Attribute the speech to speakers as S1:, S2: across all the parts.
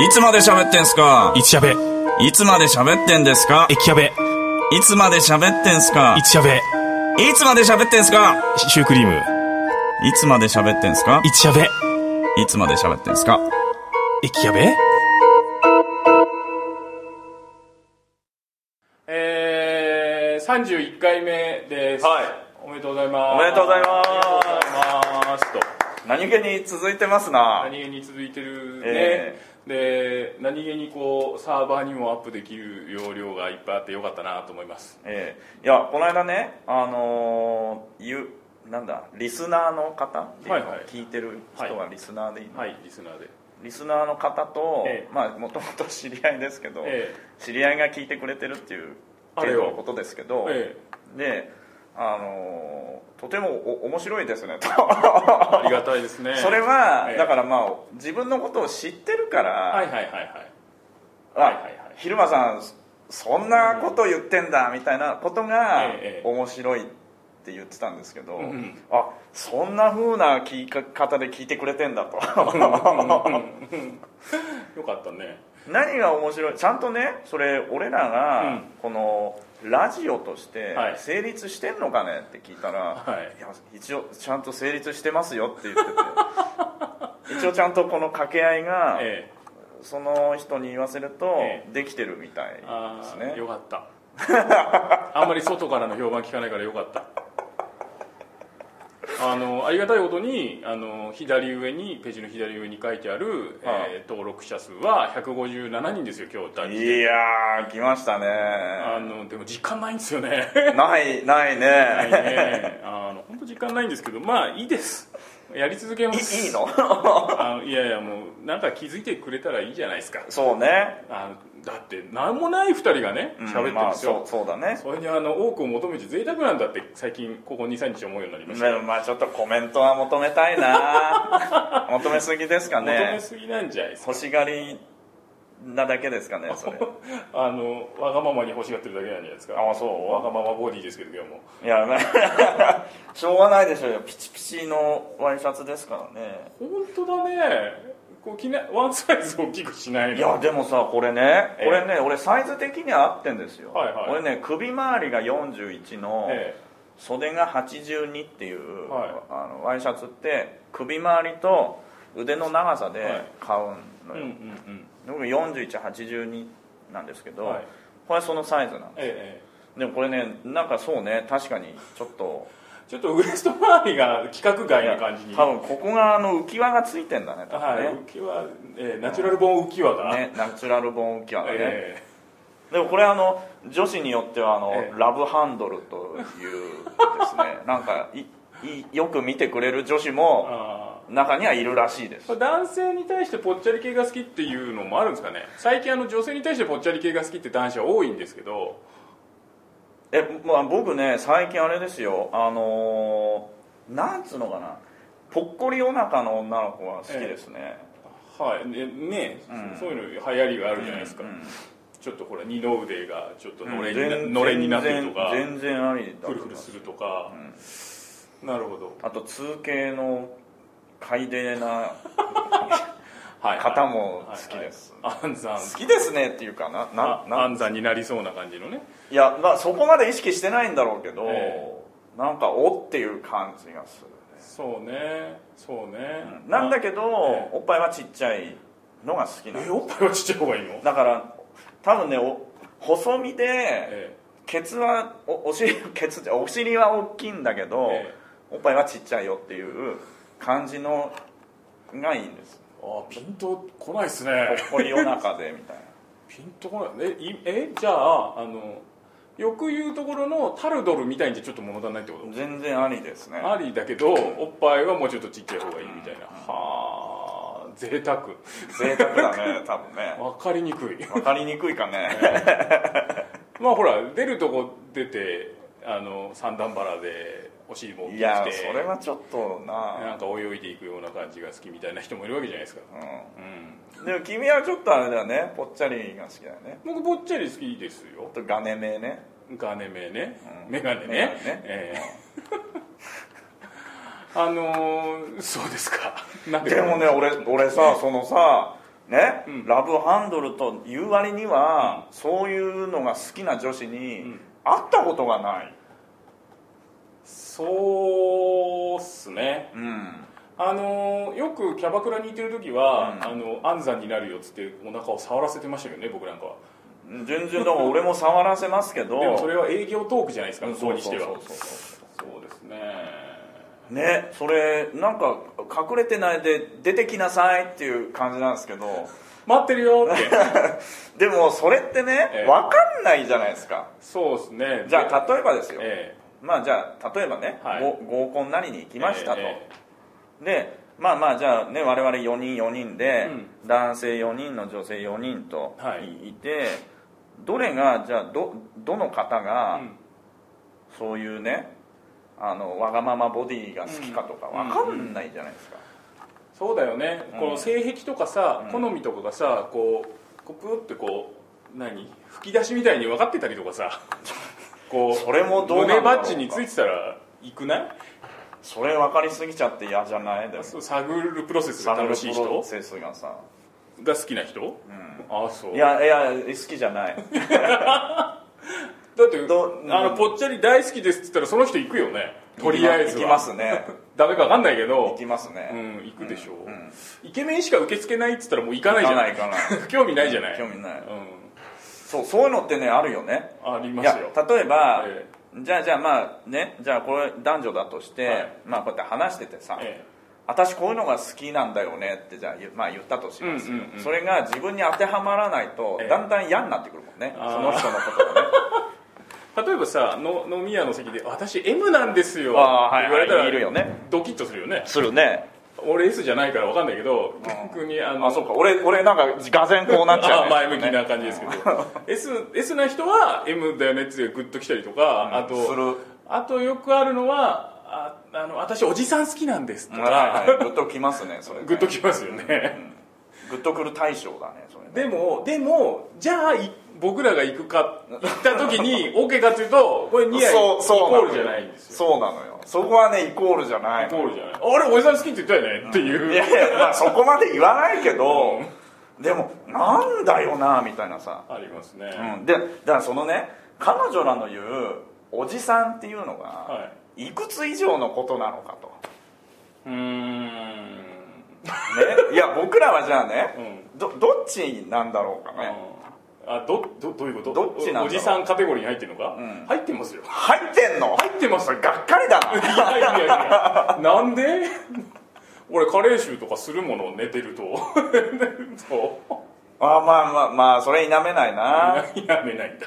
S1: いつまで喋ってんすか
S2: いつしゃべ、
S1: いつまで喋ってんですか
S2: 駅しゃべ、
S1: いつまで喋ってんすか
S2: いつしゃべ、
S1: いつまで喋ってんすか
S2: シュークリーム、
S1: いつまで喋ってんすか
S2: いつしゃべ、
S1: いつまで喋ってんすか
S2: 駅しゃべ
S3: えー、31回目です、
S1: はい
S3: おめでとうございます
S1: おめでとうございます
S3: ありがとうございますと
S1: 何気に続いてますな
S3: 何気に続いてるね、
S1: え
S3: で何気にこうサーバーにもアップできる容量がいっぱいあってよかったなと思います
S1: ええいやこの間ねあのーゆなんだリスナーの方っていうの
S3: はいはい
S1: 聞いてる人はリスナーでいいの、
S3: はいリスナーで
S1: リスナーの方と、
S3: ええ
S1: まあもともと知り合いですけど、
S3: え
S1: 知り合いが聞いてくれてるっていう
S3: あれ
S1: 程
S3: よ
S1: 度のことですけど、
S3: え
S1: であのーとてもお面白いですねと
S3: えありがたいですね
S1: それは、
S3: ええ
S1: だからまあ自分のことを知ってるから、
S3: はいはいはいはい
S1: あ
S3: はいはいはい
S1: 昼間さんそんなこと言ってんだみたいなことが
S3: ええ
S1: 面白いって言ってたんですけど、
S3: ん
S1: あそんな風な聞き方で聞いてくれてんだと
S3: よかったね
S1: 何が面白いちゃんとねそれ俺ら
S3: う
S1: が
S3: ん
S1: このラジオとして
S3: はい
S1: 成立してんのかねって聞いたら、
S3: はい
S1: や一応ちゃんと成立してますよって言ってて 一応ちゃんとこの掛け合いが
S3: ええ
S1: その人に言わせると
S3: え
S1: できてるみたい
S3: あ
S1: です
S3: あ、
S1: ね、
S3: よかった あんまり外からの評判聞かないからよかったあのありがたいことにあの左上にページの左上に書いてある、
S1: はい
S3: えー登録者数は157人ですよ今日だって
S1: いやー来ましたね
S3: あのでも実感ないんですよね
S1: ないないね
S3: ないねあの本当実感ないんですけどまあいいですやり続けま
S1: い
S3: す
S1: いいの
S3: あのいやいやもうなんか気づいてくれたらいいじゃないですか
S1: そうね
S3: あのだって何もない2人がね
S1: うん
S3: 喋ってるん
S1: まあ
S3: ですよ、
S1: そうそうだね
S3: それにあの多くを求めて贅沢なんだって最近ここ23日思うようになりました、
S1: ねまあちょっとコメントは求めた いな求めすぎですか
S3: 求め
S1: ね
S3: すぎなんじゃないですか
S1: 欲しがりなだけですかね それ
S3: あのわがままに欲しがってるだけなんじゃないですか
S1: あそう
S3: わがままボディですけど今日も
S1: いやまあ しょうがないでしょうよピチピチのワイシャツですからね
S3: 本当だねこう着なワンサイズ大きくしないの
S1: いやでもさこれね
S3: ええ
S1: これね、俺サイズ的には合ってんですよ、
S3: はいはい
S1: 俺ね首周りが41の、
S3: え
S1: 袖が82っていう、
S3: はい
S1: あのワイシャツって首周りと腕の長さ
S3: は
S1: で
S3: い
S1: 買う
S3: え
S1: の
S3: うんう
S1: よ、
S3: んうん
S1: 僕4182なんですけど、
S3: はい
S1: これそのサイズなんで
S3: ええ
S1: すでもこれねなんかそうね確かにちょっと
S3: ええちょっとウエスト周りが規格外な感じに
S1: 多分ここがあの浮き輪がついてんだね多
S3: は
S1: 分
S3: い
S1: ね,、
S3: 浮き輪、ええナチュラルボーン浮き輪が、
S1: ねナチュラルボーン浮き輪がね、
S3: ええ
S1: でもこれあの女子によってはあの、
S3: ええ
S1: ラブハンドルというですね なんかいいよく見てくれる女子も
S3: ああ
S1: 中にはいるらしいです
S3: これ男性に対してぽっちゃり系が好きっていうのもあるんですかね最近あの女性に対してぽっちゃり系が好きって男子は多いんですけど
S1: え、まあ、僕ね最近あれですよあのーなんつうのかなぽっこりお腹の女の子は好きですね、
S3: はいねね、
S1: うん
S3: そういうの流行りがあるじゃないですか、
S1: うん
S3: ちょっとほら二の腕がちょっと
S1: うん
S3: のれんにな,、
S1: 全
S3: のれんになってるとか
S1: 全然全然ありだ
S3: フ
S1: と
S3: ル
S1: 思
S3: フ
S1: い
S3: ル
S1: ます
S3: するとか、なるほど
S1: あと通形の快でな
S3: はい
S1: 方も好きです、
S3: 安産
S1: 好きですねっていうかなな
S3: あ
S1: な
S3: 安産になりそうな感じのね
S1: いや、まあ、そこまで意識してないんだろうけど、
S3: え
S1: なんかおっていう感じがするね
S3: そうねそうね、
S1: なんだ
S3: け
S1: けど、
S3: え
S1: おっぱいはちっちゃいのが好きなん
S3: え
S1: です
S3: おっぱいはちっちゃい方がいいの
S1: だから多分ねお細身で
S3: え
S1: ケツはおお尻 ケツじゃお尻は大きいんだけど、
S3: え
S1: おっぱいはちっちゃいよっていう感じのがいいんです
S3: えあピンとこないっすね
S1: ぽっこりお腹でみたいな
S3: ピンとこないえいえじゃああのよく言うところのタルドルみたいにじゃちょっと物足んないってこと
S1: 全然ありですね
S3: ありだけどおっぱいはもうちょっとちっちゃい方がいいみたいなはあ贅沢
S1: 贅沢だね多分ね
S3: わかりにくい
S1: 分かりにくいかね
S3: まあほら出るとこ出てあの三段腹でお尻も大きく
S1: い
S3: て
S1: やそれはちょっと
S3: な
S1: なん
S3: か泳いでいくような感じが好きみたいな人もいるわけじゃないですか
S1: う
S3: うん
S1: んでも君はちょっとあれだよねぽっちゃりが好きだよね
S3: 僕ぽっちゃり好きですよ
S1: ちょっとガネ目ね
S3: ガネ目ね、
S1: うん
S3: メガネね
S1: メガネね
S3: え えあのー、そうですかなん
S1: でもね俺俺さそのさね、
S3: うん
S1: ラブハンドルという割には、そういうのが好きな女子
S3: う
S1: に
S3: ん
S1: 会ったことがない、
S3: そうっすね
S1: うん、
S3: あのーよくキャバクラにいてる時は、
S1: うん
S3: あの安産になるよっつってお腹を触らせてましたけどね僕なんかは
S1: 全然だから俺も触らせますけど
S3: でもそれは営業トークじゃないですか
S1: う
S3: 向
S1: ん
S3: こ
S1: そうう
S3: にし
S1: そ
S3: て
S1: う
S3: は
S1: そうそう
S3: そうですね
S1: ねそれなんか隠れてないで出てきなさいっていう感じなんですけど
S3: 待ってるよって
S1: でもそれってね、
S3: ええ
S1: 分かんないじゃないですか
S3: そうですね
S1: じゃあ例えばですよ、
S3: え
S1: まあじゃあ例えばね、
S3: はい
S1: ご合コンなりに行
S3: え
S1: きましたと、
S3: ええ
S1: でまあまあじゃあね我々4人4人で、
S3: う
S1: 男性4人の女性4人と
S3: はい
S1: いいて、どれがじゃあどどの方が
S3: うん
S1: そういうねあのわがままボディが好きかとか
S3: うん
S1: 分かんないじゃないですか、
S3: そうだよね、
S1: うん
S3: この性癖とかさ、
S1: うん
S3: 好みとかがさこうこうプーってこう何吹き出しみたいに分かってたりとかさ こう
S1: それもどうなんだろう
S3: 胸バッジについてたら行くない
S1: それ分かりすぎちゃって嫌じゃないでも
S3: そう探るプロセスが
S1: サブ
S3: 楽
S1: ル
S3: しい
S1: プロ
S3: 人
S1: セスがさ、
S3: が好きな人
S1: う、
S3: ああそうん
S1: いやいや好きじゃない
S3: だって
S1: ど
S3: あ
S1: う
S3: の
S1: ん
S3: ぽっちゃり大好きですって言ったらその人行くよねとりあえずは
S1: 行きますね
S3: ダメか分かんないけ
S1: 行
S3: ど
S1: きますね、
S3: うん行くでしょう、
S1: うん
S3: イケメンしか受け付けないって言ったらもう行か
S1: 行
S3: ないじゃ
S1: か
S3: な
S1: ない
S3: い
S1: 行かな い
S3: 興味ないじゃない
S1: 興味ない
S3: うん
S1: そうそういうのってねあるよね
S3: あり
S1: い
S3: ます
S1: や
S3: よ
S1: 例えば、
S3: え
S1: じゃあじゃあまあねじゃあこれ男女だとして、
S3: はい
S1: まあこうやって話しててさ、
S3: え
S1: 私こういうのが好きなんだよねってじゃあ言,、まあ、言ったとしますよ、
S3: うんうんうん
S1: それが自分に当てはまらないと、
S3: ええ
S1: だんだん嫌になってくるもんね
S3: あー
S1: その人の ことがね
S3: 例えばさの飲み屋の席で「私 M なんですよ」って言われた
S1: 言われた
S3: ら
S1: らいるよね
S3: ドキッとするよね
S1: するね
S3: 俺 S じゃないから分かんないけど逆にあの
S1: あそうか俺俺なんかがぜんこうなっちゃう、
S3: あ
S1: ね、
S3: 前向きな感じですけど S, S な人は M だよねってグッときたりとか、あと
S1: する
S3: あとよくあるのはああの私おじさん好きなんですと
S1: はい
S3: か、
S1: はいグッときますねそれね
S3: グッときますよね、
S1: グッとくる対象だねそれね
S3: でもでもじゃあい僕らが行くか行った時に OK かっていうとこれニアイ
S1: そうそう
S3: イ
S1: な
S3: コ
S1: の
S3: ールじゃないんですよ
S1: そうなのよそこはねイコールじゃない
S3: イコールじゃないあれおじさん好きって言ったよねっていう、
S1: いやいや、まあ、そこまで言わないけど、でもなんだよなみたいなさ、
S3: ありますね、
S1: うん、でだからそのね彼女らの言うおじさんっていうのが、、
S3: はい
S1: くつ以上のことなのかと、
S3: うーん
S1: ね、い や僕らはじゃあ
S3: う
S1: ね、
S3: ん
S1: どどっちなんだろうかね、
S3: あどどどういうこと
S1: どっちなんだろう
S3: おじさんカテゴリーに入ってるのか、
S1: うん
S3: 入ってますよ
S1: 入ってんの
S3: 入ってます
S1: それがっかりだ
S3: い
S1: な
S3: やいやいやなんで俺加齢臭とかするもの寝てるとそ
S1: あまあまあまあそれ否めないな
S3: うやめないんだ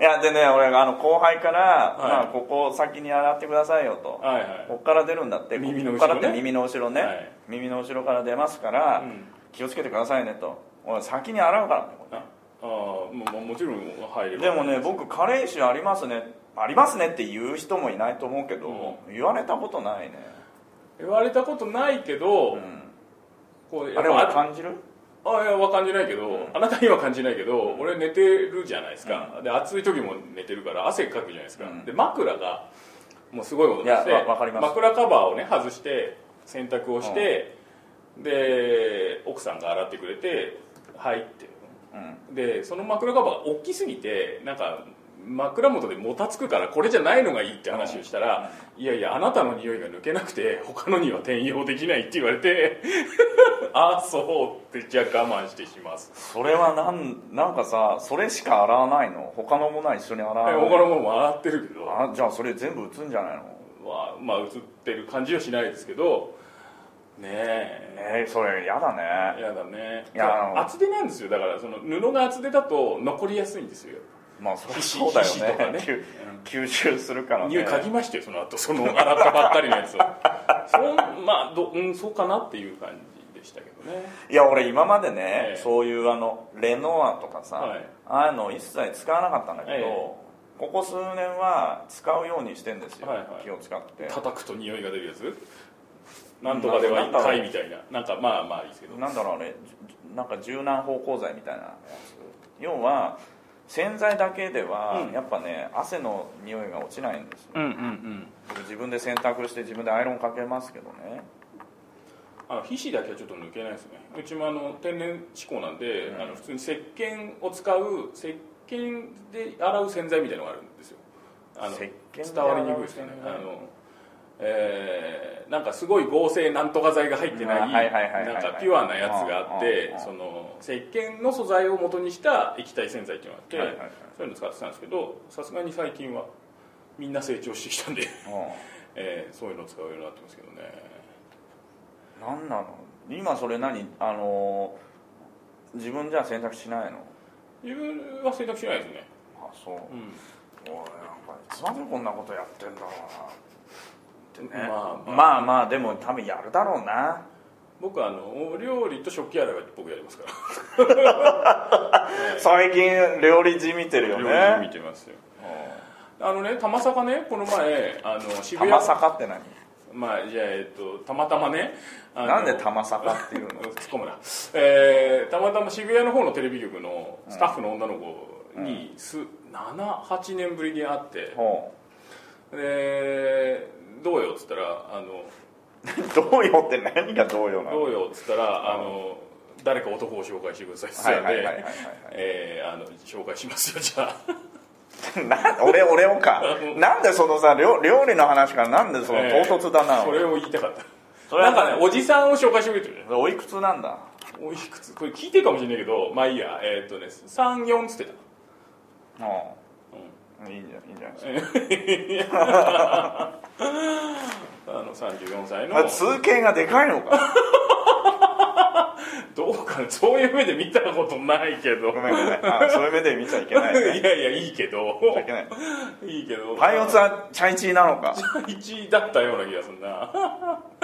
S1: いやでね俺あの後輩から、
S3: い
S1: まあ、ここを先に洗ってくださいよと、
S3: はいはい
S1: こっから出るんだって
S3: 耳の後ろね
S1: こっからって耳の後ろね、
S3: はい
S1: 耳の後ろから出ますから、
S3: うん
S1: 気をつけてくださいねとおい先に洗うからねこ
S3: ああもももちろん入れ
S1: れ
S3: ば
S1: でもね僕加齢臭ありますねありますねって言う人もいないと思うけど、言われたことないね、
S3: 言われたことないけど、
S1: うん、
S3: こうや
S1: あ
S3: っ
S1: れ
S3: ぱ
S1: は感じる
S3: あいやは感じないけど、あなたには感じないけど俺寝てるじゃないですか、で暑い時も寝てるから汗かくじゃないですか、
S1: うん
S3: で枕がもうすごいことにして
S1: いやわわかります
S3: 枕カバーをね外して洗濯をして、で奥さんが洗ってくれて入って
S1: うん
S3: でその枕カバーが大きすぎてなんか枕元でもたつくからこれじゃないのがいいって話をしたら、いやいやあなたの匂いが抜けなくて他のには転用できないって言われてああそうってじゃあ我慢してします
S1: それはなんなんかさそれしか洗わないの他のものは一緒に洗
S3: 他
S1: わない
S3: のものも洗ってるけどま
S1: あじゃあそれ全部映んじゃないのね
S3: あ、まあ、映ってる感じはしないですけどねえ
S1: えそれやだね
S3: やだね
S1: いやあの
S3: 厚手なんですよだからその布が厚手だと残りやすいんですよ
S1: まあそりゃ
S3: 皮脂
S1: そうだよ
S3: 皮脂とかね
S1: ね吸吸収するからね
S3: 匂い嗅ぎましたよその後その洗ったばっかりのやつを そうまあど、うん、そうかなっていう感じでしたけどね
S1: いや俺今までね、
S3: ええ
S1: そういうあのレノアとかさ、
S3: はい
S1: ああいうの一切使わなかったんだけど、
S3: ええ
S1: ここ数年は使うようにしてんですよ、
S3: はいはい
S1: 気を使って
S3: 叩くと匂いが出るやつなんとかでは一回みたいななんかまあまあいいですけど
S1: なんだろうあれじゅなんか柔軟芳香剤みたいなやつ要は洗剤だけでは
S3: うん
S1: やっぱね、汗の匂いが落ちないんですよ
S3: うんうんうん
S1: 僕自分で洗濯して自分でアイロンかけますけどね
S3: あ皮脂だけはちょっと抜けないですねうちもあの天然志向なんで、
S1: うん
S3: あの普通に石鹸を使う石鹸で洗う洗剤みたいなのがあるんですよあの
S1: 石鹸で
S3: 伝
S1: 洗う
S3: わりにくいですよね
S1: 洗剤
S3: あのえーなんかすごい合成なんとか剤が入ってない
S1: あはいはいはいはいはい
S3: なんかピュアなやつがあっ
S1: うんうん
S3: て
S1: うん
S3: その石鹸の素材を元にした液体洗剤っていうのがあって、
S1: はいはいはい
S3: そういうの使ってたんですけどさすがに最近はみんな成長してきたんで、 えーそういうのを使うようになってますけどね
S1: 何なの今それ何あのー自分じゃ選択しないの
S3: 自分は選択しないですね、
S1: あそう
S3: うん
S1: おいなんかいつまでこんなことやってんだろうなってね
S3: まあまあ
S1: まあまあでも多分やるだろうな
S3: 僕はあのお料理と食器洗いは僕やりますから
S1: 最近料理人見てるよ
S3: 料理
S1: ね
S3: 見てますよあのねたまさかねこの前あの渋谷
S1: 玉坂って何
S3: まあじゃあえっとたまたまねあの
S1: なんで玉坂っていうの
S3: 突っ込むな、えーたまたま渋谷の方のテレビ局のスタッフの女の子に、す78年ぶりに会って
S1: ほ
S3: でどうよっつったらあの
S1: うどうよって何がどうよなの
S3: どうよっつったらあの誰か男を紹介してくださいっつった
S1: はい
S3: ん
S1: はいはいはい
S3: でえーあの紹介しますよじゃあ
S1: はいな俺俺 をかなんでそのさ料料理の話からなんでその
S3: えー
S1: 唐突だな、
S3: それを言いたかっ
S1: そ
S3: た
S1: れは
S3: なんかねおじさんを紹介してくれてるね
S1: 俺おいくつなんだ
S3: おいくつこれ聞いてるかもしれないけどまあいいやえーっとね34っつってた
S1: ほういいんじゃいいんじゃないですか
S3: あの34歳の
S1: あ通形がでかいのか
S3: どうかな そういう目で見たことないけど
S1: ごめんごめんあそういう目で見ちゃいけないね
S3: いやいやいいけど
S1: 見ちゃいけない
S3: いいけど
S1: パイオツはチャイチーなのか
S3: 1位だったような気がするな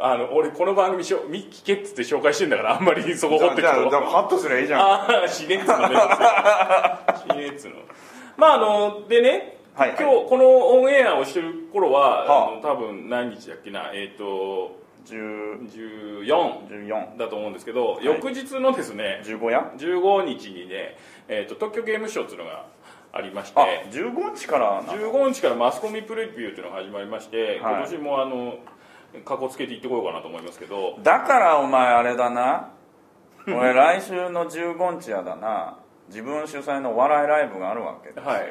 S3: あの俺この番組しょみ聞けっつって紹介してんだからあんまりそこ
S1: じ
S3: 掘っ
S1: ゃあ
S3: てく
S1: じゃあ
S3: と
S1: じゃあカットすりゃいいじゃん
S3: ああ死ねっつうのね死 ねっつうのまああのでね、
S1: はいはい
S3: 今日このオンエアをしてる頃は、
S1: はあ
S3: あの多分何日だっけなえっ、と
S1: 10
S3: 14
S1: 14
S3: だと思うんですけど、
S1: い
S3: 翌日のですね
S1: 15や
S3: 15日にね、えー、と東京ゲームショウっていうのがありまして
S1: あ15日からな
S3: 15日からマスコミプレビューっていうのが始まりまして、
S1: はい
S3: 今年もあのかこつけていってこようかなと思いますけど
S1: だからお前あれだな俺来週の15日やだな自分主催のお笑いライブがあるわけで
S3: はいはい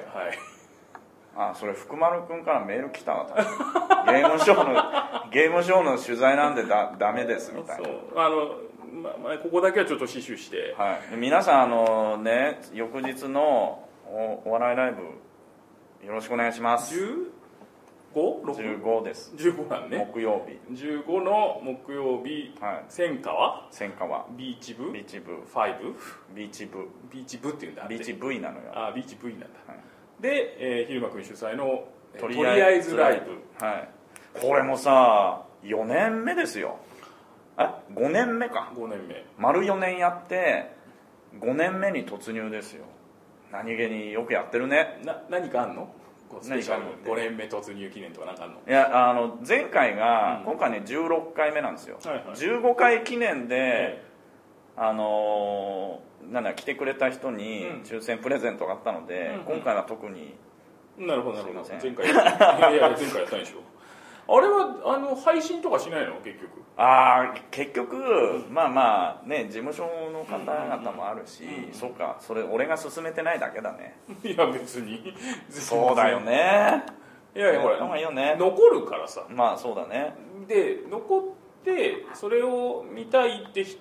S1: あそれ福丸君からメール来たわ多分ゲームショー のゲームショーの取材なんでだダメですみたいな
S3: そうあの、ままあ、ここだけはちょっと死守して
S1: はい、皆さんあのね翌日のおお笑いライブよろしくお願いします
S3: 15?6?15
S1: 15です、
S3: なんね
S1: 木曜日
S3: 15の木曜日
S1: はい
S3: 千川
S1: 千川
S3: ビーチ部
S1: ビーチ部
S3: 5?
S1: ビーチ部
S3: ビーチ部っていうんだ
S1: ビーチ V なのよ
S3: あビーチ V なんだ、
S1: はい
S3: で、えー、昼間君主催のえーとりあえずライブ
S1: はいこれもさ4年目ですよえ5年目か
S3: 5年目
S1: 丸4年やって5年目に突入ですよ何気によくやってるね
S3: な何かあんのこうスペシャル
S1: 何かあんの
S3: 5年目突入記念とかなんかあんの
S1: いやあの前回
S3: う
S1: が、
S3: ん
S1: 今回ね16回目なんですよ、
S3: はいはい
S1: 15回記念で、
S3: え
S1: あのーなんだ来てくれた人に
S3: うん
S1: 抽選プレゼントがあったので、
S3: うんうん
S1: 今回は特に
S3: なるほどなるほど
S1: すいませ
S3: 前回いやいや前回やったんでしょあれはあの配信とかしないの結局
S1: ああ結局まあまあね事務所の方々もあるし、
S3: うんうん
S1: そうかそれ俺が進めてないだけだね
S3: いや別に
S1: そうだよね
S3: いやいやほ
S1: やった方がいいよね
S3: ら残るからさ
S1: まあそうだね
S3: で残ってそれを見たいってひ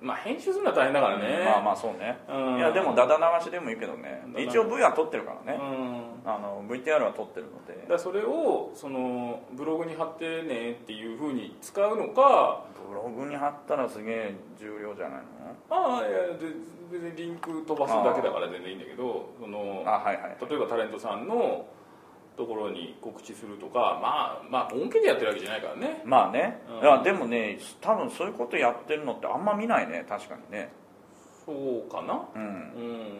S3: まあ編集するのは大変だからね
S1: まあまあそうね、
S3: うん
S1: いやでもダダ流しでもいいけどね
S3: ダダ流し
S1: 一応 V は撮ってるからね、
S3: うん
S1: あの VTR は撮ってるの
S3: だ
S1: で
S3: からそれをそのブログに貼ってねっていうふうに使うのか
S1: ブログに貼ったらすげえ重量じゃないの
S3: ああいやで別にリンク飛ばすだけだから全然いいんだけどその
S1: あはいはい
S3: 例えばタレントさんのところに告知するとかまあまあ本気でやってるわけじゃないからね
S1: まあね、
S3: うん
S1: いやでもね多分そういうことやってるのってあんま見ないね確かにね
S3: そうかな
S1: うん
S3: う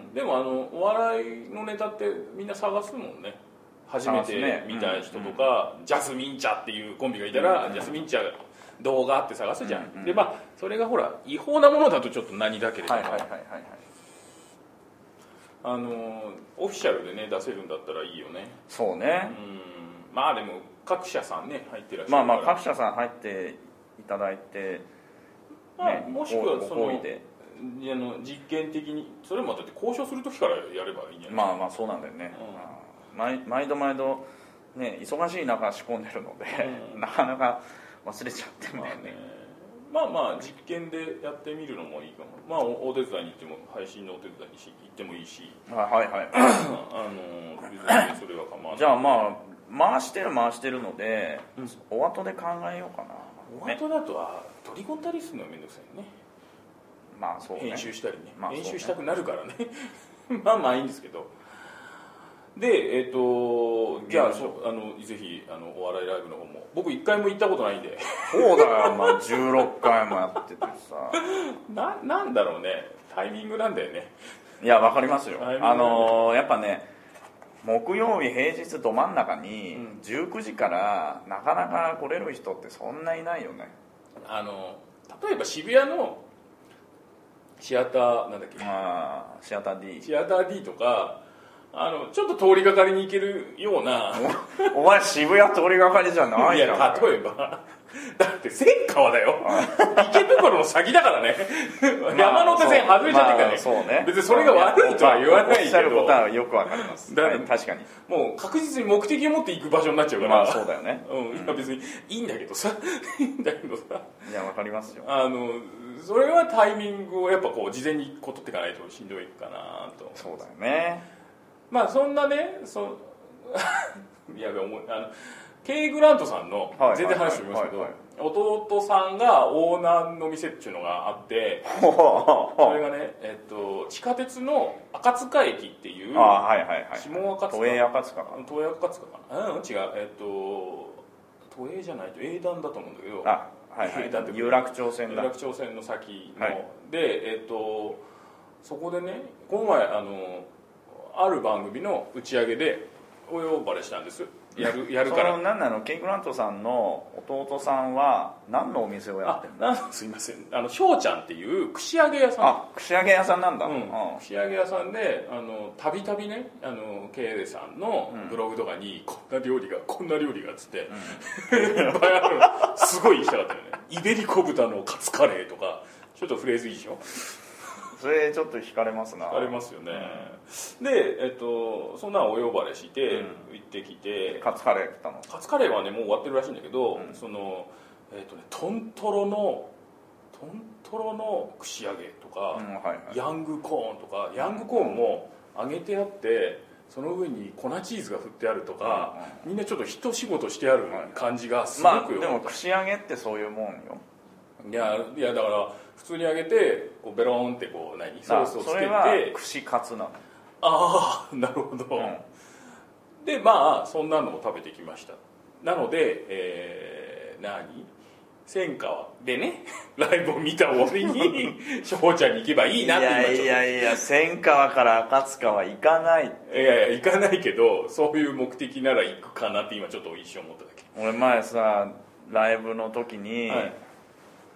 S3: んでもあのお笑いのネタってみんな探すもんね初め
S1: 探すね
S3: て見た人とか、ジャスミン茶っていうコンビがいたら、
S1: うん
S3: ジャスミン茶動画って探すじゃん、
S1: うんうん
S3: でまあそれがほら違法なものだとちょっと何だけれども、
S1: はいはいはいはいはい
S3: あのオフィシャルでね出せるんだったらいいよね
S1: そう
S3: う
S1: ね、
S3: んまあでも各社さんね入ってらっしゃ
S1: まあ
S3: るから
S1: まあ各社さん入っていただいて、
S3: まあもしくは
S1: ご
S3: そ
S1: ご
S3: の
S1: 好意で
S3: いやあの実験的にそれもだって交渉する時からやればいいんじゃない
S1: まあまあそうなんだよね、毎毎度毎度ね忙しい中仕込んでるので、
S3: うん
S1: なかなか忘れちゃってん
S3: まあ
S1: だよ
S3: ね
S1: ね、
S3: まあまあ実験でやってみるのもいいかもまあおお手伝いに行っても配信のお手伝いにし行ってもいい し
S1: はいはいは
S3: あの別にそれは構わない
S1: いじゃあまあ回してる回してるので、
S3: うん
S1: お後で考えようかな
S3: お後だとは取り込んだりするのは面倒くさいね
S1: まあそうね
S3: 編集したりね,、
S1: まあそうね
S3: 編集したくなるからね まあまあいいんですけどでえっ、とじゃあそうあのぜひあのお笑いライブの方も僕一回も行ったことないんで
S1: そうだよ、まあ、16回もやっててさ
S3: ななんだろうねタイミングなんだよね
S1: いやわかりますよ
S3: だいぶ
S1: あのーやっぱね木曜日平日ど真ん中に
S3: うん
S1: 19時からなかなか来れる人ってそんないないよね
S3: あの例えば渋谷のシアターなんだっけ
S1: まあシアター D
S3: シアター D とかあのちょっと通りがかりに行けるよう な
S1: おお前渋谷通りがかりじゃない
S3: い
S1: じ
S3: や
S1: ゃん
S3: 例えばだって千川だよ池袋の先だから ね山手線外れちゃってるからね、
S1: そうまあそうね
S3: 別にそれが悪いとは言わない
S1: おっ
S3: け
S1: しゃるこ
S3: ど
S1: とはよくわかります
S3: だ
S1: はい確かに
S3: もう確実に目的を持って行く場所になっちゃうから、
S1: まあそうだよね
S3: うん、いや別にいいんだけどさいいんだけどさ
S1: いやわかりますよ
S3: あのそれはタイミングをやっぱこう事前にこう取っていかないとしんどいかなと
S1: そうだよね
S3: まあそんなねそやべ思 いあの K グラントさんの
S1: はい
S3: 全然話してみますけど
S1: はいはい
S3: 弟さんがオーナーの店っていうのがあって
S1: ほうほう
S3: そ
S1: ほ
S3: れ
S1: う
S3: がね、えっと、地下鉄の赤塚駅っていう
S1: ああはいはいはい
S3: 下赤塚
S1: 都営赤塚か
S3: 都営赤塚かなうん違うえっと都営じゃないと営団だと思うんだけど
S1: あはい
S3: 入れたって
S1: は
S3: こ
S1: い
S3: と
S1: 有楽町線
S3: 有
S1: だ
S3: 楽町線の先の、
S1: はい
S3: でえっとそこでねこの前あのある番組の打ち上げでお呼ばれしたんですやる やるか
S1: そ
S3: ら
S1: の何なのケン・グラントさんの弟さんは何のお店をやっ
S3: あ
S1: てるの
S3: なんすいませんあのひょうちゃんっていう串揚げ屋さん
S1: あ串揚げ屋さんなんだ、
S3: う
S1: うん
S3: ん、串揚げ屋さんであのたびたびねあの経営さんの
S1: うん
S3: ブログとかに、こんな料理がこんな料理がっつって、 いっぱいあるのすごい行きたかったよねイベリコ豚のカツカレーとかちょっとフレーズいいでしょ
S1: それちょっと惹かれますな
S3: ありますよね、で、えっと、そんなんお呼ばれして、
S1: う
S3: 行ってきて
S1: カツカレー食ったの
S3: カツカレーはねもう終わってるらしいんだけど、
S1: うん
S3: そのえっとねトントロのトントロの串揚げとか、
S1: うんはいはい
S3: ヤングコーンとかヤングコーンも揚げてあってその上に粉チーズが振ってあるとか、みんなちょっと一仕事してある感じがすご
S1: まあ
S3: くよ
S1: で
S3: か
S1: も
S3: った、
S1: 串揚げってそういうもんよ
S3: いやいやだから普通に揚げてこうベローンってこう何ソースをつけ
S1: そ
S3: て
S1: れは串カツなの、
S3: ああなるほど、
S1: うん
S3: でまあそんなのを食べてきましたなのでえー、何千川でね ライブを見た終わり に翔ちゃんに行けばいい
S1: い
S3: なって今ちょっ
S1: や
S3: と
S1: いやいや千川から赤塚は行かない
S3: いやいや行かないけどそういう目的なら行くかなって今ちょっと一瞬思っただけ
S1: 俺前さライブの時に、
S3: はい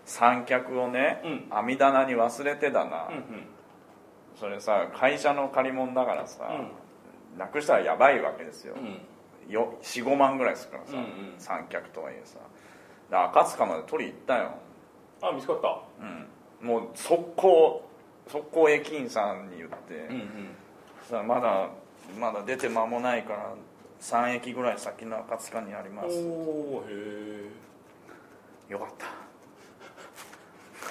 S1: 三脚をね、
S3: うん
S1: 網棚に忘れてたな、
S3: うん
S1: それさ会社の借り物だからさ、
S3: うん
S1: なくしたらやばいわけですよ
S3: うんうん
S1: よ45万ぐらいするからさ、
S3: うんうん
S1: 三脚とはいえさで赤塚まで取り行ったよ、
S3: あ見つかった
S1: うん、もう速攻速攻駅員さんに言って、
S3: うんうん
S1: さまだまだ出て間もないから3駅ぐらい先の赤塚にありま
S3: お
S1: す
S3: おーへえ
S1: よかった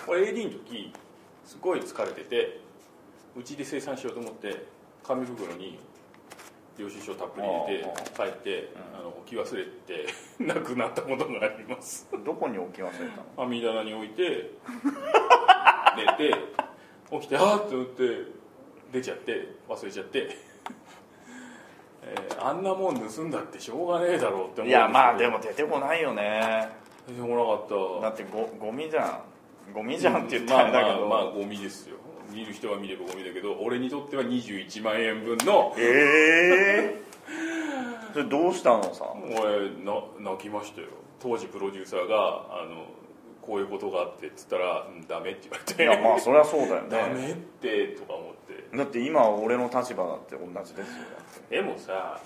S3: 俺 AD の時すごい疲れててうちで生産しようと思って紙袋に領収書をたっぷり入れて
S1: あ
S3: 帰って、あの置き忘れて なくなったことがあります
S1: どこに置き忘れたの
S3: 網棚に置い て寝て起きてあーって思って出ちゃって忘れちゃって、 えーあんなもん盗んだってしょうがねえだろうって思うんですけど
S1: いやまあでも出てこないよね
S3: 出てこなか
S1: だ
S3: っ
S1: ってごゴミじゃんゴミ
S3: た
S1: じゃんって言ったんだけど、
S3: うんまあまあまあゴミですよ見る人は見ればゴミだけど俺にとっては21万円分の
S1: ええー、それどうしたのさ
S3: 俺な泣きましたよ当時プロデューサーがあのこういうことがあってっつったら「うんダメ」って言われ
S1: い
S3: て
S1: やまあそりゃそうだよ
S3: ダ
S1: ね
S3: メってとか思って
S1: だって今俺の立場だって同じですよ
S3: でもさ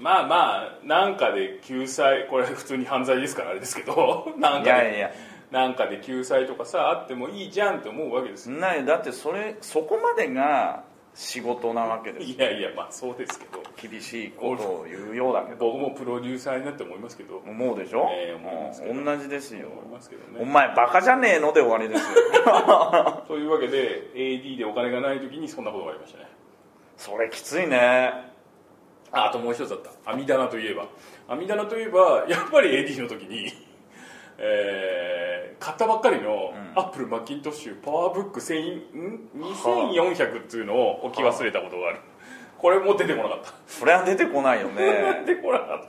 S3: ま あまあなんかで救済これ普通に犯罪ですからあれですけどなん
S1: い
S3: か
S1: や
S3: で
S1: いや
S3: なんかで救済とかさあってもいいじゃんって思うわけですよ
S1: ないだってそれそこまでが仕事なわけです
S3: いやいやまあそうですけど
S1: 厳しいことを言うようだけど
S3: 僕もプロデューサーになって思いますけど
S1: 思うでしょ、
S3: ええ思いますけど
S1: うん同じですよ
S3: 思いますけど
S1: お
S3: ね
S1: 前バカじゃねえので終わりですよ
S3: というわけで AD でお金がない時にそんなことがありましたね
S1: それきついね
S3: ああともう一つだった網棚といえば網棚といえば やっぱり AD の時に、 えー買ったばっかりの
S1: うん
S3: アップルマッキントッシュパワーブック1000ん2400っていうのを置き忘れたことがあるこれも出てこなかった
S1: それは出てこないよね
S3: 出てこなかった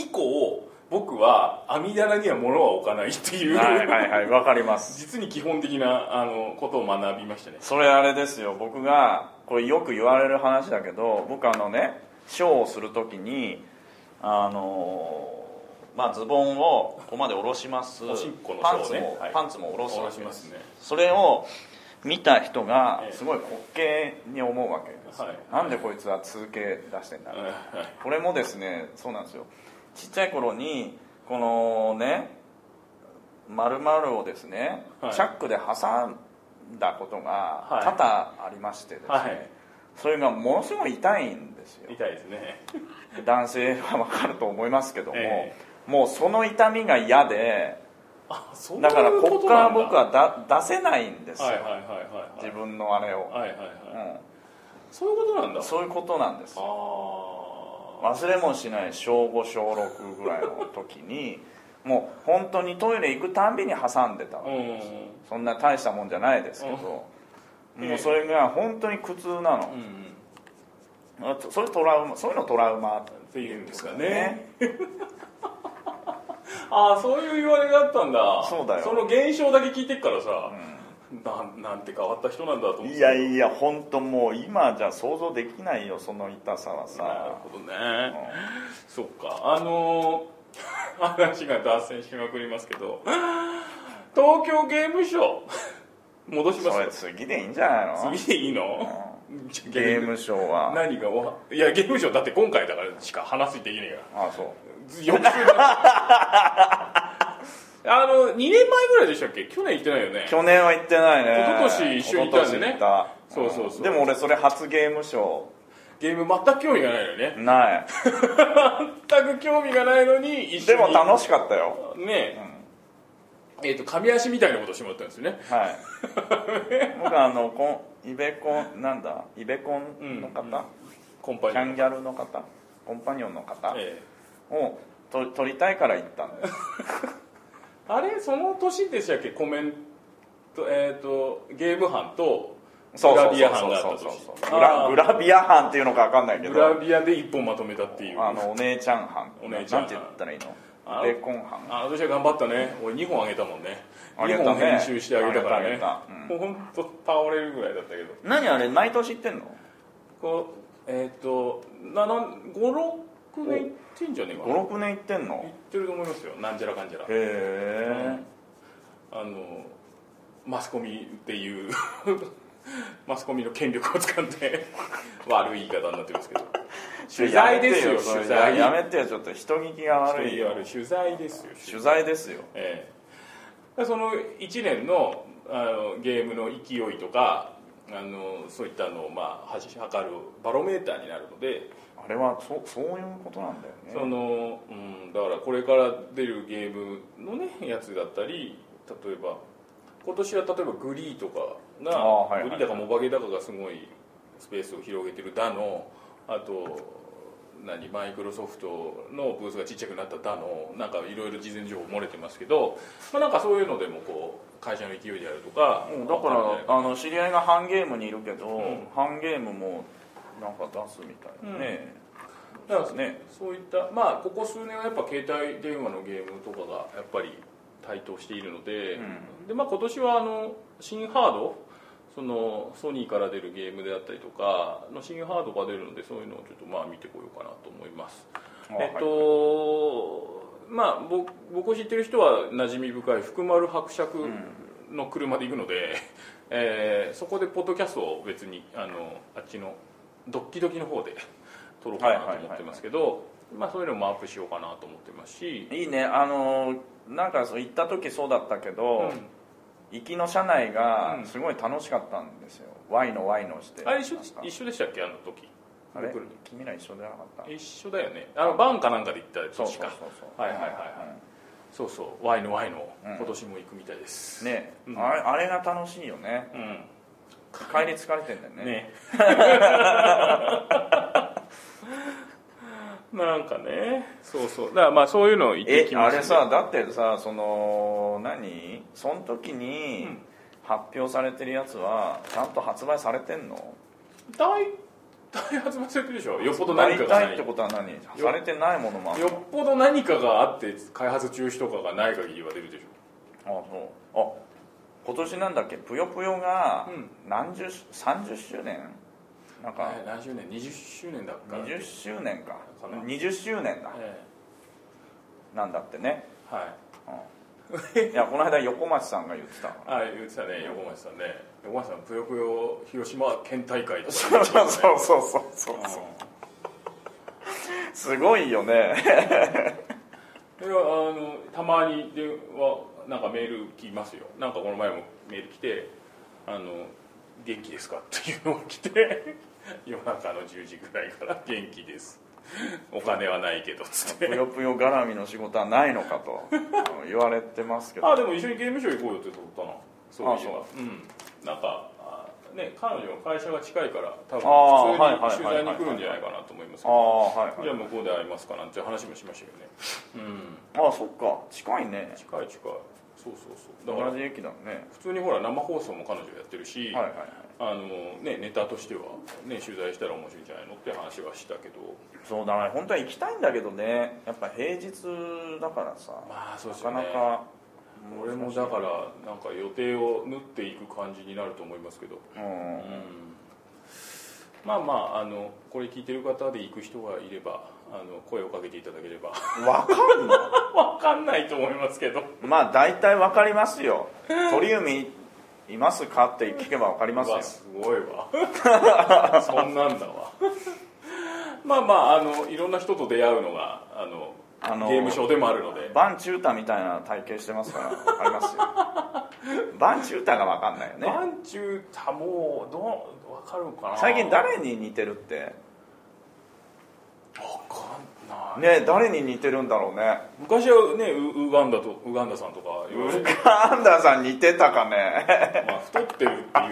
S3: 以降僕は網棚には物は置かないっていう、
S1: はいはいはいわかりま す
S3: 実に基本的なあのことを学びましたね
S1: それあれですよ僕がこれよく言われる話だけど僕あのねショーをする時にあのーまあズボンをここまで下ろします
S3: おしっこのシ
S1: パン
S3: ョ
S1: ツ
S3: ーね
S1: も、
S3: はい
S1: パンツも下ろすわけ
S3: 下ろしますね
S1: それを見た人が
S3: ええ
S1: すごい滑稽に思うわけですよ、
S3: はい
S1: なんでこいつは通形出してんだろうこれもですねそうなんですよちっちゃい頃にこのね丸々をですね、
S3: はい
S1: チャックで挟んだことが
S3: はい
S1: 多々ありましてですね、
S3: はい
S1: それがものすごい痛いんですよ
S3: 痛いですね
S1: 男性は分かると思いますけども、
S3: え
S1: もうその痛みが嫌で
S3: あそういう
S1: だ
S3: こ
S1: からこっ
S3: と
S1: から
S3: なんだ
S1: 僕はだ出せないんですよ、
S3: はいはいはいはい
S1: 自分のあれを、
S3: はいはいはいはいそういうことなん
S1: う
S3: だ
S1: ん、そういうことなんですよ
S3: あ
S1: 忘れもしない小5小6ぐらいの時にもう本当にトイレ行くたんびに挟んでたわ
S3: あう
S1: け、
S3: んうんうん
S1: そんな大したもんじゃないですけど、
S3: うん
S1: もうそれが本当に苦痛なの、あとそれトラウマそういうのトラウマ
S3: っていうんですかね
S1: ね
S3: ああそういう言われがあったんだ
S1: そうだよ
S3: その現象だけ聞いてっからさ、なんなんて変わった人なんだと思って
S1: いやいや本当もう今じゃ想像できないよその痛さは
S3: なる
S1: さ、
S3: ほどね、
S1: う
S3: そっかあのー 話が脱線しまくりますけど東京ゲームショウ戻し
S1: ん
S3: ま
S1: そ
S3: す
S1: れ
S3: よ
S1: 次でいいんじゃないの
S3: 次でいいの、じゃあ
S1: ゲームショーは
S3: 何がわいやゲームショーだって今回だからしか話すっていけない から
S1: あそう
S3: 翌週だあの2年前ぐらいでしたっけ去年行ってないよね
S1: 去年は行ってないね
S3: 一昨年一緒にいたんでね
S1: 一昨年行った
S3: そうそうそうん
S1: でも俺それ初ゲームショ
S3: ゲーム全く興味がないのよね
S1: ーない
S3: 全く興味がないのに一緒
S1: でも
S3: に
S1: 楽しかったよ、
S3: ねえっ、と噛み足みたいなことしてもらったんですよね
S1: はい僕あのコンイベコンなんだイベコンの方、
S3: うんうんコンパ
S1: キ
S3: ニオ
S1: ャ
S3: ン
S1: ンギャルの方コンパニオンの方
S3: ええ
S1: をと撮りたいから行ったんです
S3: あれその年でしたっけコメントえっ、とゲーム班と
S1: そう
S3: グラ
S1: そう
S3: ビ
S1: そ
S3: ア
S1: う
S3: 班があった
S1: そう
S3: 時
S1: そうグ
S3: あ
S1: ラ
S3: ー
S1: グラビア班っていうのか分かんないけ
S3: グ
S1: ど
S3: ラビアで一本まとめたっていう
S1: あのお姉ちゃん班
S3: お姉ちゃん班
S1: なんて言ったらいいの
S3: あ
S1: イベコン班
S3: あの年は頑張ったね俺2本あげたもんね
S1: あげ
S3: 2
S1: たね
S3: 本編集してあげたから
S1: あげ
S3: ね
S1: たあげた
S3: 本当倒れるぐらいだったけど
S1: 何あれ毎年行ってんの
S3: こうえっ、と756年いってんじゃねえかな
S1: 56年行ってん
S3: いっ
S1: の
S3: てると思いますよなんちゃらかんちゃら
S1: へえ
S3: あのマスコミっていう マスコミの権力を掴んで悪い言い方になってますけど取材ですよ取材
S1: やめてよちょっと人聞きが悪い
S3: いわ
S1: よ
S3: ゆる取材ですよ
S1: 取材ですよ
S3: ええ、その1年のあのゲームの勢いとかあのそういったのを、まあ、はし測るバロメーターになるので、
S1: あれはそそういうことなんだよね
S3: そのうん、だからこれから出るゲームのねやつだったり例えば今年は例えばグリーとかが、
S1: ああはいは
S3: グ
S1: い
S3: リーだかモバゲだかがすごいスペースを広げてるだのあと何マイクロソフトのブースがちっちゃくなっただのなんかいろいろ事前情報漏れてますけど、まあ、なんかそういうのでもこう会社の勢いであるとか
S1: うんだからあの知り合いがハンゲームにいるけど、
S3: ん
S1: ハンゲームもなんか出すみたいなね、
S3: だから
S1: ね
S3: そういったまあここ数年はやっぱ携帯電話のゲームとかがやっぱり台頭しているので、
S1: う
S3: でまあ今年はあの新ハードそのソニーから出るゲームであったりとかの新ハードが出るのでそういうのをちょっとまあ見てこようかなと思います
S1: あ
S3: えっとまあ僕僕を知ってる人は馴染み深い福丸伯爵の車で行くので、 えーそこでポッドキャストを別にあのあっちのドッキドキの方 で撮ろうかなと思ってますけどまあそういうのもアップしようかなと思ってますし
S1: いいねあのなんかそう行った時そうだったけ
S3: う
S1: ど、
S3: ん
S1: 行きの車内
S3: う
S1: が
S3: ん
S1: すごい楽しかったんですよ、ワイのワイのして
S3: あれ一緒で
S1: なんか
S3: 一緒でしたっけあの時
S1: あれ
S3: 僕らに
S1: 君ら一緒じゃなかった
S3: 一緒だよねあのバンかなんかで行った
S1: そうそう
S3: 時
S1: そう
S3: か
S1: そう
S3: はいはいはいはいそうそう Y の Y の
S1: うん
S3: 今年も行くみたいです、
S1: ね、
S3: うん
S1: あれあれが楽しいよね
S3: うん
S1: 帰り疲れてんだよね
S3: ねなんかねそうそうだからまあそういうのを言って
S1: え
S3: きま
S1: あ
S3: すね
S1: れさだってさその何その時に
S3: うん
S1: 発表されてるやつはちゃんと発売されてんの
S3: 大体発売されてるでしょよっぽど何
S1: 大
S3: かがな
S1: 体
S3: い
S1: ってことは何されてないものもある
S3: よっぽど何かがあって開発中止とかがない限りは出るでしょ
S1: あそうあ今年なんだっけぷよぷよが
S3: うん
S1: 何十30周年なんか
S3: え何周年20周年だから
S1: 20周年か
S3: かな
S1: 20周年だ
S3: え
S1: なんだってね、
S3: えはい
S1: うん、いやこの間横町さんが言って たわ
S3: あ言ってたね横町さんね横町さん「ぷよぷよ広島県大会」とか
S1: そうそうそうそうそうそうすごいよね
S3: いやあのたまに電話なんかメール来ますよなんかこの前もメール来て「あの元気ですか?」っていうのが来て 夜中の10時ぐらいから「元気です」「お金はないけど」つっ
S1: ぷ
S3: て
S1: よぷよ絡みの仕事はないのか とあの言われてますけど
S3: あでも一緒に刑務所行こうよって取ったなそういえば
S1: あ
S3: うんなんかあね彼女の会社が近いから多
S1: あー
S3: 分普通に取
S1: はいはいはいはい
S3: 材に来るんじゃないかなと思いますけ
S1: あ
S3: ど
S1: あはい
S3: じゃあ
S1: はい
S3: 向こうで会いますかなんて話もしましたけどねうん
S1: ああそっか近いね
S3: 近い近いそうそうそう
S1: 同
S3: だから
S1: じ駅だね
S3: 普通にほら生放送も彼女やってるし、
S1: はいはいはい
S3: あのね、ネタとしては、ね、取材したら面白いんじゃないのって話はしたけど
S1: そうだね本当は行きたいんだけどねやっぱ平日だからさ
S3: まあそう
S1: な
S3: ですよ
S1: か
S3: ね
S1: なか
S3: 俺もだからなんか予定を縫っていく感じになると思いますけど、
S1: う
S3: うん
S1: ん
S3: まあまああのこれ聞いてる方で行く人がいればあの声をかけていただければ
S1: わかるの
S3: わかんないと思いますけど
S1: まあ大体わかりますよ鳥海いますかって聞けばわかります
S3: う
S1: よ
S3: わすごいわ そんなんだわまあまああのいろんな人と出会うのがあの
S1: あの
S3: ゲームショーでもあるので
S1: バンチュータみたいな体型してますからわかりますよ バンチュータがわかんないよね
S3: バンチュータもうどうわかるのかな
S1: 最近誰に似てるって
S3: わかんない、
S1: ね誰に似てるんだろうね
S3: 昔はねウウガンダとウガンダさんとか言われて、
S1: アンダーさん似てたか ね
S3: まあ、太ってるっていうだ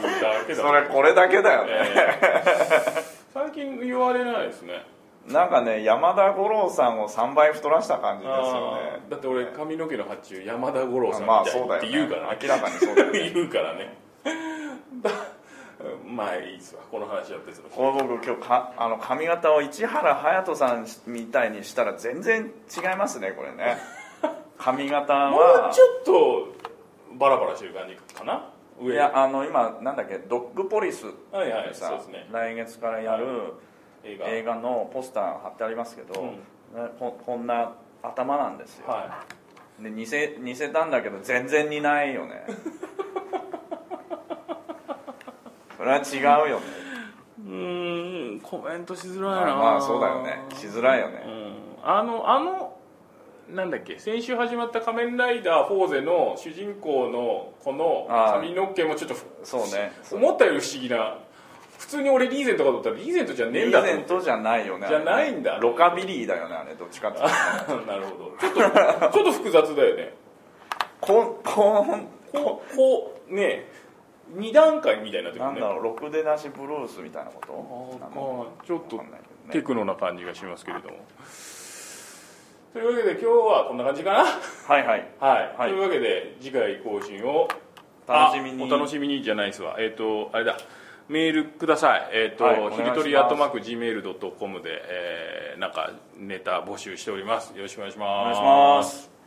S3: けだ
S1: それこれだけだよね
S3: ええ最近言われないですね
S1: なんかね山田五郎さんを3倍太らした感じですよ
S3: あ
S1: ね
S3: ーだって俺髪の毛の発注山田五郎さんみ
S1: まあ
S3: た
S1: そう
S3: い
S1: だよ、
S3: っ
S1: ね、
S3: て言うからね
S1: 明らかにそうだよね
S3: 言うからねだまあいいですわこの話は別の
S1: これ僕今日かあの髪型を市原隼人さんみたいにしたら全然違いますねこれね髪型
S3: も
S1: は
S3: うちょっとバラバラしてる感じかない上
S1: やあの今なんだっけドッグポリスって
S3: はいはい
S1: さ、
S3: そうですね
S1: 来月からやる
S3: 映画
S1: 映画のポスター貼ってありますけど、
S3: うん
S1: ねここんな頭なんですよ、
S3: は
S1: で似せ似せたんだけど全然似ない よねそれは違うよね
S3: いうーんコメントしづらい
S1: ま
S3: な
S1: あまあそうだよねしづらいよ
S3: う
S1: ね、
S3: んあのあのなんだっけ先週始まった「仮面ライダーフォーゼ」の主人公のこの
S1: あー
S3: 髪の毛もちょっと
S1: そうね
S3: 思ったより不思議な普通に俺リーゼントかと思ったらリーゼントじゃねえん
S1: リ
S3: だ
S1: ー
S3: と思っ
S1: ゼ
S3: て
S1: ントじゃないよね
S3: じゃないんだ
S1: ロカビリーだよねあれどっちかっていう と
S3: なるほどちょっとちょっと複雑だよね
S1: こんこん
S3: こうこうね2段階みたいになってく
S1: な
S3: る
S1: ん
S3: ね
S1: だろうろくでなしブルースみたいなことなの
S3: あーちょっと
S1: わかんないけどね
S3: テクノな感じがしますけれどもというわけで今日はこんな感じか
S1: はいはい
S3: なはい、
S1: はい
S3: というわけで次回更新を
S1: 楽しみに
S3: あお楽しみにじゃないですわえっ、とあれだメールくださいえっ、と、
S1: はいお願いし
S3: ひ
S1: ます
S3: りとりアットマーク Gmail.com で、えーなんかネタ募集しておりますよろしくお願いし
S1: お願
S3: ま
S1: い
S3: す
S1: します